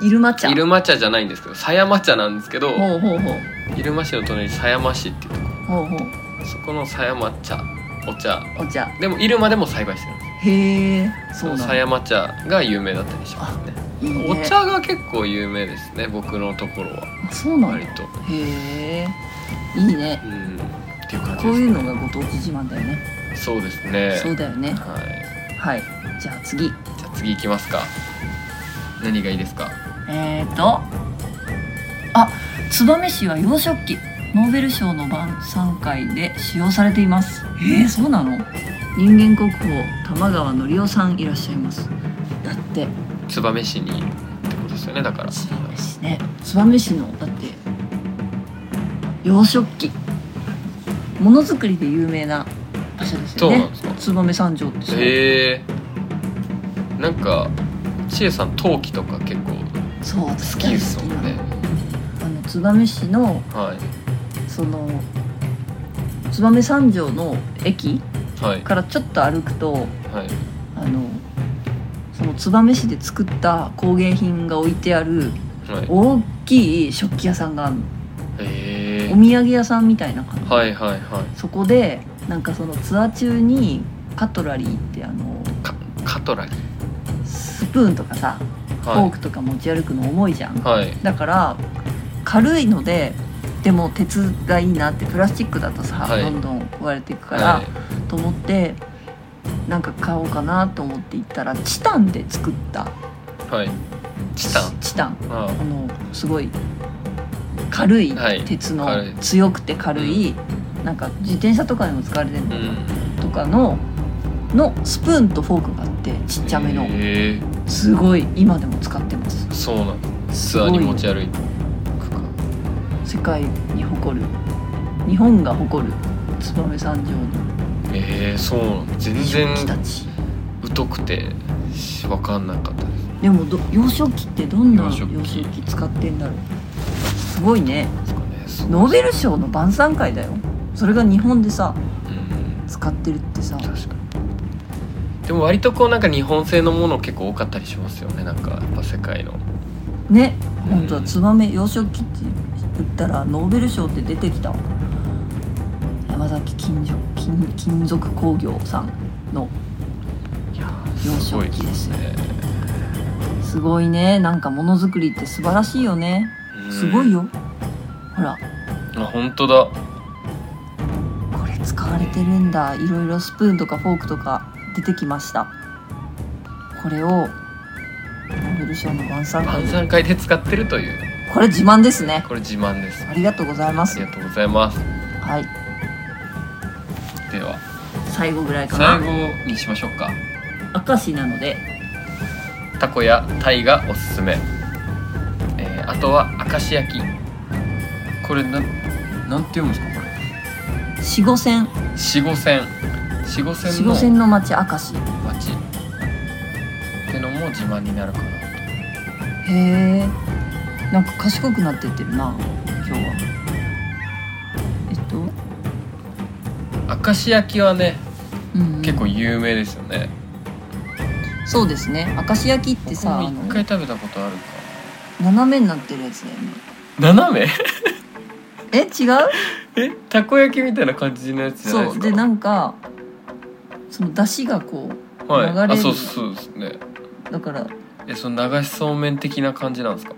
Speaker 5: 入間茶
Speaker 4: 入間茶じゃないんですけど狭山茶なんですけど
Speaker 5: ほうほうほう
Speaker 4: 入間市の隣に狭山市っていうとこ
Speaker 5: ほうほう
Speaker 4: ろそこの狭山茶お茶
Speaker 5: お茶
Speaker 4: でも入間でも栽培してるんです
Speaker 5: へえそうなん
Speaker 4: 狭
Speaker 5: だ
Speaker 4: 山茶が有名だったりしますね
Speaker 5: いいね
Speaker 4: お茶が結構有名ですね僕のところは
Speaker 5: あそうなん
Speaker 4: 割
Speaker 5: だ
Speaker 4: と
Speaker 5: へえいいね
Speaker 4: うんっていう感じで
Speaker 5: こう
Speaker 4: す
Speaker 5: いうの
Speaker 4: ね
Speaker 5: がご当地自慢だよね
Speaker 4: そうですね
Speaker 5: そうだよね
Speaker 4: はい
Speaker 5: はいじゃあ次
Speaker 4: じゃあ次行きますか何がいいですか
Speaker 5: えーとあ燕市は洋食器ノーベル賞の晩餐会で使用されていますえー、そうなの人間国宝玉川のりおさんいらっしゃいますだって
Speaker 4: 燕市にってことですよねだから
Speaker 5: 燕市ね燕市のだって洋食器ものづくりで有名な場所です
Speaker 4: そ
Speaker 5: よ
Speaker 4: うな
Speaker 5: ね
Speaker 4: んですか
Speaker 5: 燕三条ってそう
Speaker 4: へえなんか千恵さん陶器とか結構
Speaker 5: そう好
Speaker 4: 好きですもんね
Speaker 5: あの燕市の
Speaker 4: はい
Speaker 5: その燕三条の駅
Speaker 4: はい
Speaker 5: からちょっと歩くと
Speaker 4: はい
Speaker 5: あのその燕市で作った工芸品が置いてある
Speaker 4: はい
Speaker 5: 大きい食器屋さんがあるの
Speaker 4: へえ
Speaker 5: お土産屋さんみたいな感じ、
Speaker 4: はいはいはい
Speaker 5: そこでなんかそのツアー中にカトラリーってあの
Speaker 4: かカトラリ
Speaker 5: スプーンとかさ
Speaker 4: ー
Speaker 5: フ
Speaker 4: は
Speaker 5: ォー
Speaker 4: い
Speaker 5: クとか持ち歩くの重いじゃん、
Speaker 4: はい
Speaker 5: だから軽いのででも鉄がいいなってプラスチックだとさ、
Speaker 4: はい
Speaker 5: どんどん壊れていくから、
Speaker 4: は
Speaker 5: と思ってなんか買おうかなと思って行ったらチタンで作った
Speaker 4: いはいチタン
Speaker 5: チタン
Speaker 4: あ
Speaker 5: あのすごい軽い
Speaker 4: はい
Speaker 5: 鉄の
Speaker 4: 軽い
Speaker 5: 強くて軽い、なんか自転車とかにも使われてる
Speaker 4: あう
Speaker 5: の
Speaker 4: ん
Speaker 5: とかののスプーンとフォークがあってちっちゃめの
Speaker 4: へえ
Speaker 5: すごい今でも使ってます
Speaker 4: そうなんだ
Speaker 5: す
Speaker 4: ツア
Speaker 5: ご
Speaker 4: ー
Speaker 5: い
Speaker 4: に持ち歩いて
Speaker 5: 世界に誇る日本が誇る燕三条の
Speaker 4: ええそうなんだ全然
Speaker 5: 食器たち
Speaker 4: 疎くて分かんなかったです
Speaker 5: でもど洋食器ってどんな
Speaker 4: 洋
Speaker 5: 洋
Speaker 4: 食器
Speaker 5: 食器使ってんだろうすごいね
Speaker 4: かねすごい
Speaker 5: ノーベル賞の晩餐会だよそれが日本でさ
Speaker 4: うん
Speaker 5: 使ってるってさ
Speaker 4: 確かにでも割とこうなんか日本製のもの結構多かったりしますよねなんかやっぱ世界の
Speaker 5: ね
Speaker 4: うん
Speaker 5: 本当はツバメ洋食器って言ったらノーベル賞って出てきた山崎金属金金属工業さんの
Speaker 4: いやー
Speaker 5: 洋
Speaker 4: すごい
Speaker 5: 食器ですよ
Speaker 4: ね
Speaker 5: すごいねなんかものづくりって素晴らしいよね
Speaker 4: うん
Speaker 5: すごいよほら
Speaker 4: あ本当だ
Speaker 5: これ使われてるんだいろいろスプーンとかフォークとか出てきましたこれをノーベル賞の晩餐会
Speaker 4: 晩
Speaker 5: で
Speaker 4: 餐会で使ってるという
Speaker 5: これ自慢ですね
Speaker 4: これ自慢です
Speaker 5: ありがとうございま
Speaker 4: あ
Speaker 5: す
Speaker 4: りがとうございます
Speaker 5: はい
Speaker 4: では
Speaker 5: 最後ぐらいか
Speaker 4: 最
Speaker 5: な
Speaker 4: 後にしましょうか
Speaker 5: 明石なので
Speaker 4: タコやタイがおすすめ、えーあとは明石焼きこれなんなんて読むんですかこれ
Speaker 5: 四五線
Speaker 4: 四五線四五線
Speaker 5: 四
Speaker 4: の
Speaker 5: 五線の町明石
Speaker 4: 町ってのも自慢になるかな
Speaker 5: へえなんか賢くなってってるな今日はえっと、
Speaker 4: 明石焼きはね
Speaker 5: うんうん
Speaker 4: 結構有名ですよね
Speaker 5: そうですね明石焼きって
Speaker 4: 僕
Speaker 5: さ
Speaker 4: も
Speaker 5: あ
Speaker 4: 一
Speaker 5: の
Speaker 4: 回食べたことあるか
Speaker 5: 斜めになってるやつだよね
Speaker 4: な斜め
Speaker 5: え違う
Speaker 4: えたこ焼きみたいな感じのやつじゃないで
Speaker 5: そ
Speaker 4: す
Speaker 5: う
Speaker 4: か
Speaker 5: でなんかその出汁がこ
Speaker 4: はい、
Speaker 5: 流れる
Speaker 4: あそうそうですね
Speaker 5: うだから
Speaker 4: えその流しそうめん的な感じなんですか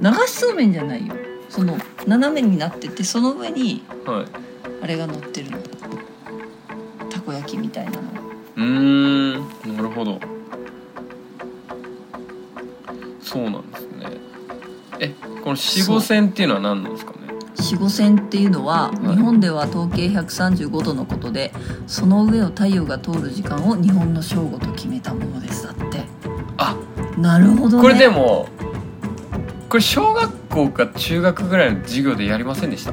Speaker 5: 流しそうめんじゃないよその斜めになっててその上に
Speaker 4: はい
Speaker 5: あれが乗ってるのたこ焼きみたいなの
Speaker 4: うーんなるほどそうなんですねえこの四
Speaker 5: そう
Speaker 4: 五線っていうのは何なんですかね
Speaker 5: 四五線っていうのは
Speaker 4: はい
Speaker 5: 日本では統計135度のことでその上を太陽が通る時間を日本の正午と決めたものですだって
Speaker 4: あ
Speaker 5: なるほどね
Speaker 4: これでもこれ小学校か中学ぐらいの授業でやりませんでした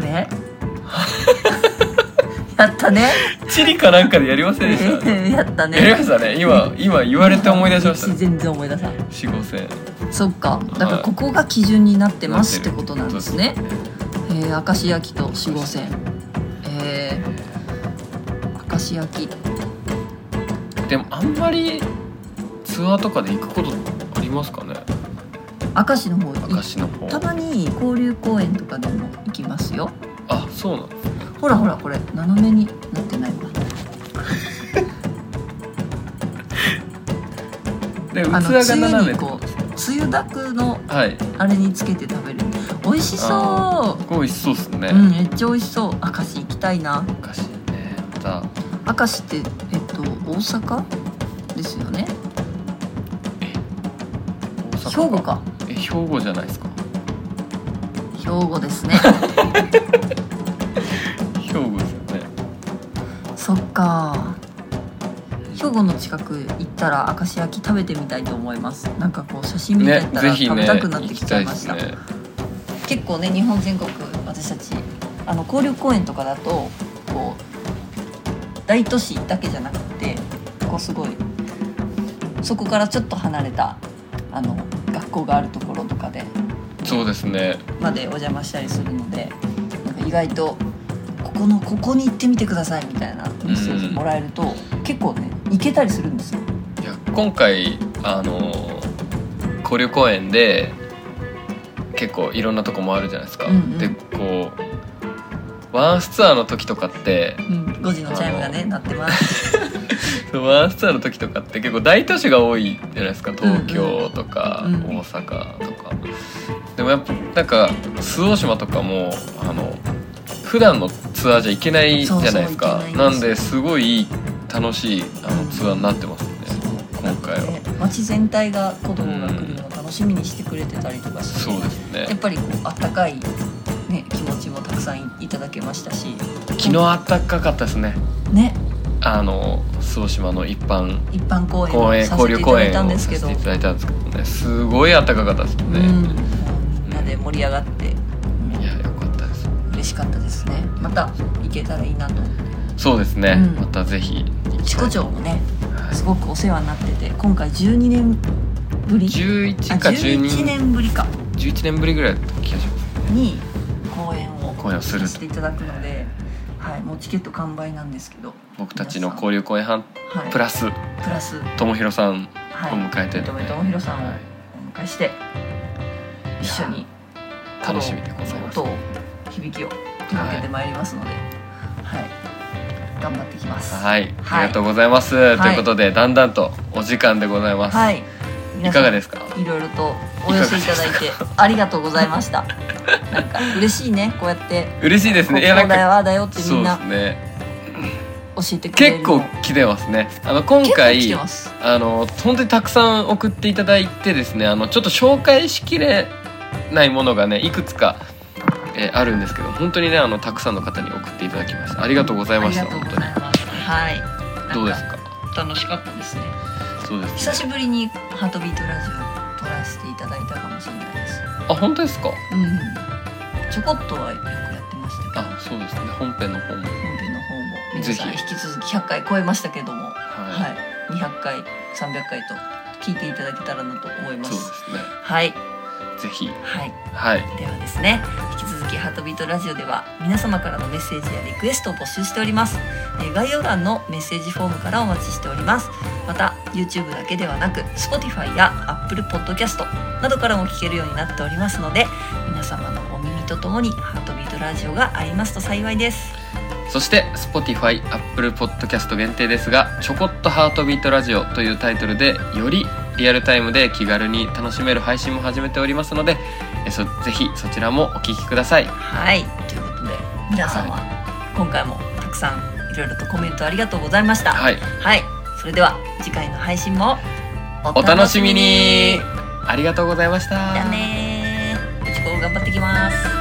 Speaker 5: れやったね
Speaker 4: 地理かなんかでやりませんで した、
Speaker 5: やっ
Speaker 4: や
Speaker 5: た
Speaker 4: りま
Speaker 5: ね
Speaker 4: したね今今言われて思い出しま した
Speaker 5: 全然思い出さない
Speaker 4: 四五線
Speaker 5: そっかだから
Speaker 4: はい
Speaker 5: ここが基準になってますってことなんですね
Speaker 4: そうです
Speaker 5: えー、明石焼きと四五線えー、明石焼き
Speaker 4: でもあんまりツアーとかで行くことありますかね
Speaker 5: 明石の方
Speaker 4: 明
Speaker 5: い
Speaker 4: 石の方
Speaker 5: たまに交流公園とかでも行きますよ
Speaker 4: あそうなん
Speaker 5: ほらほらこれ斜めになってないわ
Speaker 4: でえ器
Speaker 5: あ
Speaker 4: が
Speaker 5: のつゆ
Speaker 4: 斜め
Speaker 5: にこうつゆだくの
Speaker 4: はい
Speaker 5: あれにつけて食べる美味しそ
Speaker 4: これ美味しそうですね、
Speaker 5: ううんめっちゃ美味しそう明石行きたいな
Speaker 4: おかしいねまた
Speaker 5: 明石ってえっと大阪ですよね
Speaker 4: 大
Speaker 5: 兵
Speaker 4: 阪
Speaker 5: 庫か
Speaker 4: え兵庫じゃないですか
Speaker 5: 兵庫です ね
Speaker 4: 兵庫ですよね
Speaker 5: そっか兵庫の近く行ったら明石焼き食べてみたいと思いますなんかこう写真見て
Speaker 4: ね
Speaker 5: た
Speaker 4: ぜ
Speaker 5: ら
Speaker 4: ひ
Speaker 5: 食
Speaker 4: ね
Speaker 5: べたくなっ
Speaker 4: 行
Speaker 5: てき
Speaker 4: き
Speaker 5: ちゃ
Speaker 4: た
Speaker 5: い
Speaker 4: いで
Speaker 5: まし
Speaker 4: す
Speaker 5: た
Speaker 4: ね
Speaker 5: 結構ね日本全国私たちあの交流公園とかだとこう大都市だけじゃなくてこうすごいそこからちょっと離れたあの学校があるところとかで
Speaker 4: そうですね
Speaker 5: までお邪魔したりするのでなんか意外とここのここに行ってみてくださいみたいなメッセージもらえると結構ね行けたりするんですよ。
Speaker 4: いや今回あの交流公園で結構いろんなとこもあるじゃないですか、
Speaker 5: うんうん
Speaker 4: でこうワンスツアーの時とかって
Speaker 5: うん、5時のチャイムがね鳴ってます。
Speaker 4: ワンスツアーの時とかって結構大都市が多いじゃないですか東京とか
Speaker 5: うんうん
Speaker 4: 大阪とか、でもやっぱなんか周防島とかもあの普段のツアーじゃ行けないじゃないですか
Speaker 5: そうそう行けな
Speaker 4: ない
Speaker 5: です
Speaker 4: んですごい楽しいあのツアーになってますね今回は
Speaker 5: ね街全体が子供が来るのを楽しみにしてくれてたりとかして。
Speaker 4: そうですね
Speaker 5: やっぱりこうあったかい、ね、気持ちもたくさんいただけましたし
Speaker 4: 昨日暖かかったですね
Speaker 5: ね
Speaker 4: あの周防島の一般
Speaker 5: 一般公演
Speaker 4: 公
Speaker 5: を
Speaker 4: 園
Speaker 5: さ
Speaker 4: 交
Speaker 5: せて
Speaker 4: 流公
Speaker 5: いただい
Speaker 4: 園
Speaker 5: たんで
Speaker 4: を
Speaker 5: す
Speaker 4: さ
Speaker 5: け
Speaker 4: せ
Speaker 5: ど、
Speaker 4: ていただいたんですけどねすごい暖かかったです
Speaker 5: う
Speaker 4: ね、
Speaker 5: ん、みんなで盛り上がって
Speaker 4: いやよかったです
Speaker 5: 嬉しかったですねまた行けたらいいなと
Speaker 4: そうですね、
Speaker 5: うん
Speaker 4: またぜひ
Speaker 5: チコ町もね
Speaker 4: はい
Speaker 5: すごくお世話になってて今回12年ぶりあ
Speaker 4: 11か
Speaker 5: 11
Speaker 4: 12
Speaker 5: 年ぶりか
Speaker 4: 11年ぶりぐらいだった気がします
Speaker 5: に公演を
Speaker 4: 公演をする
Speaker 5: させていただくので、はい、もうチケット完売なんですけど、
Speaker 4: 僕たちの交流公演班
Speaker 5: はい、
Speaker 4: プラス
Speaker 5: プラス
Speaker 4: 友弘さんを
Speaker 5: はい
Speaker 4: 迎えて、
Speaker 5: 認めともひろさんを
Speaker 4: はい
Speaker 5: お迎えして一緒に
Speaker 4: 楽しみでございます
Speaker 5: 音を響きを届けてまいりますので、はい、頑張ってきます。い、
Speaker 4: はい、
Speaker 5: はい
Speaker 4: ありがとうございます、
Speaker 5: い
Speaker 4: ということでだんだんとお時間でございます、
Speaker 5: はい、
Speaker 4: いかがですか
Speaker 5: いろいろとお寄せいただい てありがとうございました。なんか嬉しいね、こうやって。
Speaker 4: 嬉しいですねいや
Speaker 5: こ
Speaker 4: な
Speaker 5: うんだよ
Speaker 4: か
Speaker 5: ああだよってみ
Speaker 4: そ
Speaker 5: ん
Speaker 4: うで
Speaker 5: な
Speaker 4: すね
Speaker 5: 教えてくれる
Speaker 4: 結
Speaker 5: の
Speaker 4: 構来てますねあの今
Speaker 5: 結構来
Speaker 4: 回
Speaker 5: てます。
Speaker 4: あの本当にたくさん送っていただいてですねあのちょっと紹介しきれないものがねいくつか、えーあるんですけど本当にねあのたくさんの方に送っていただきましたありがとうござい
Speaker 5: あ
Speaker 4: ま
Speaker 5: り
Speaker 4: し
Speaker 5: が
Speaker 4: た
Speaker 5: とう
Speaker 4: 本
Speaker 5: ご
Speaker 4: 当
Speaker 5: ざいます。はい。
Speaker 4: にどうです
Speaker 5: なん
Speaker 4: か
Speaker 5: か楽しかったですね。
Speaker 4: そうです
Speaker 5: 久
Speaker 4: ね
Speaker 5: しぶりにハートビートラジオを撮らせていただいたかもしれないです。
Speaker 4: あ本当ですか
Speaker 5: うん、ちょこっとはよくやってましたけど
Speaker 4: あそうですね本編の方も
Speaker 5: 本編の方も皆さん
Speaker 4: ぜ
Speaker 5: 引
Speaker 4: ひ
Speaker 5: き続き100回超えましたけども、は
Speaker 4: はいい、
Speaker 5: 200回300回と聞いていただけたらなと思いま
Speaker 4: そうです
Speaker 5: す。
Speaker 4: ね
Speaker 5: はい、
Speaker 4: ぜひ
Speaker 5: はい、
Speaker 4: はい
Speaker 5: ではですね引き続き「ハートビートラジオ」では皆様からのメッセージやリクエストを募集しております、えー概要欄のメッセージフォームからお待ちしておりますまた YouTube だけではなく Spotify や Apple Podcast などからも聞けるようになっておりますので皆様のお耳とともに「ハートビートラジオ」がありますと幸いです
Speaker 4: そして Spotify、Apple Podcast 限定ですが「ちょこっとハートビートラジオ」というタイトルでよりリアルタイムで気軽に楽しめる配信も始めておりますのでえそぜひそちらもお聞きください
Speaker 5: はいということで皆様、今回もたくさんいろいろとコメントありがとうございました
Speaker 4: はい
Speaker 5: はい、それでは次回の配信もお
Speaker 4: お楽しみにありがとうございました
Speaker 5: だねーうちこ頑張ってきます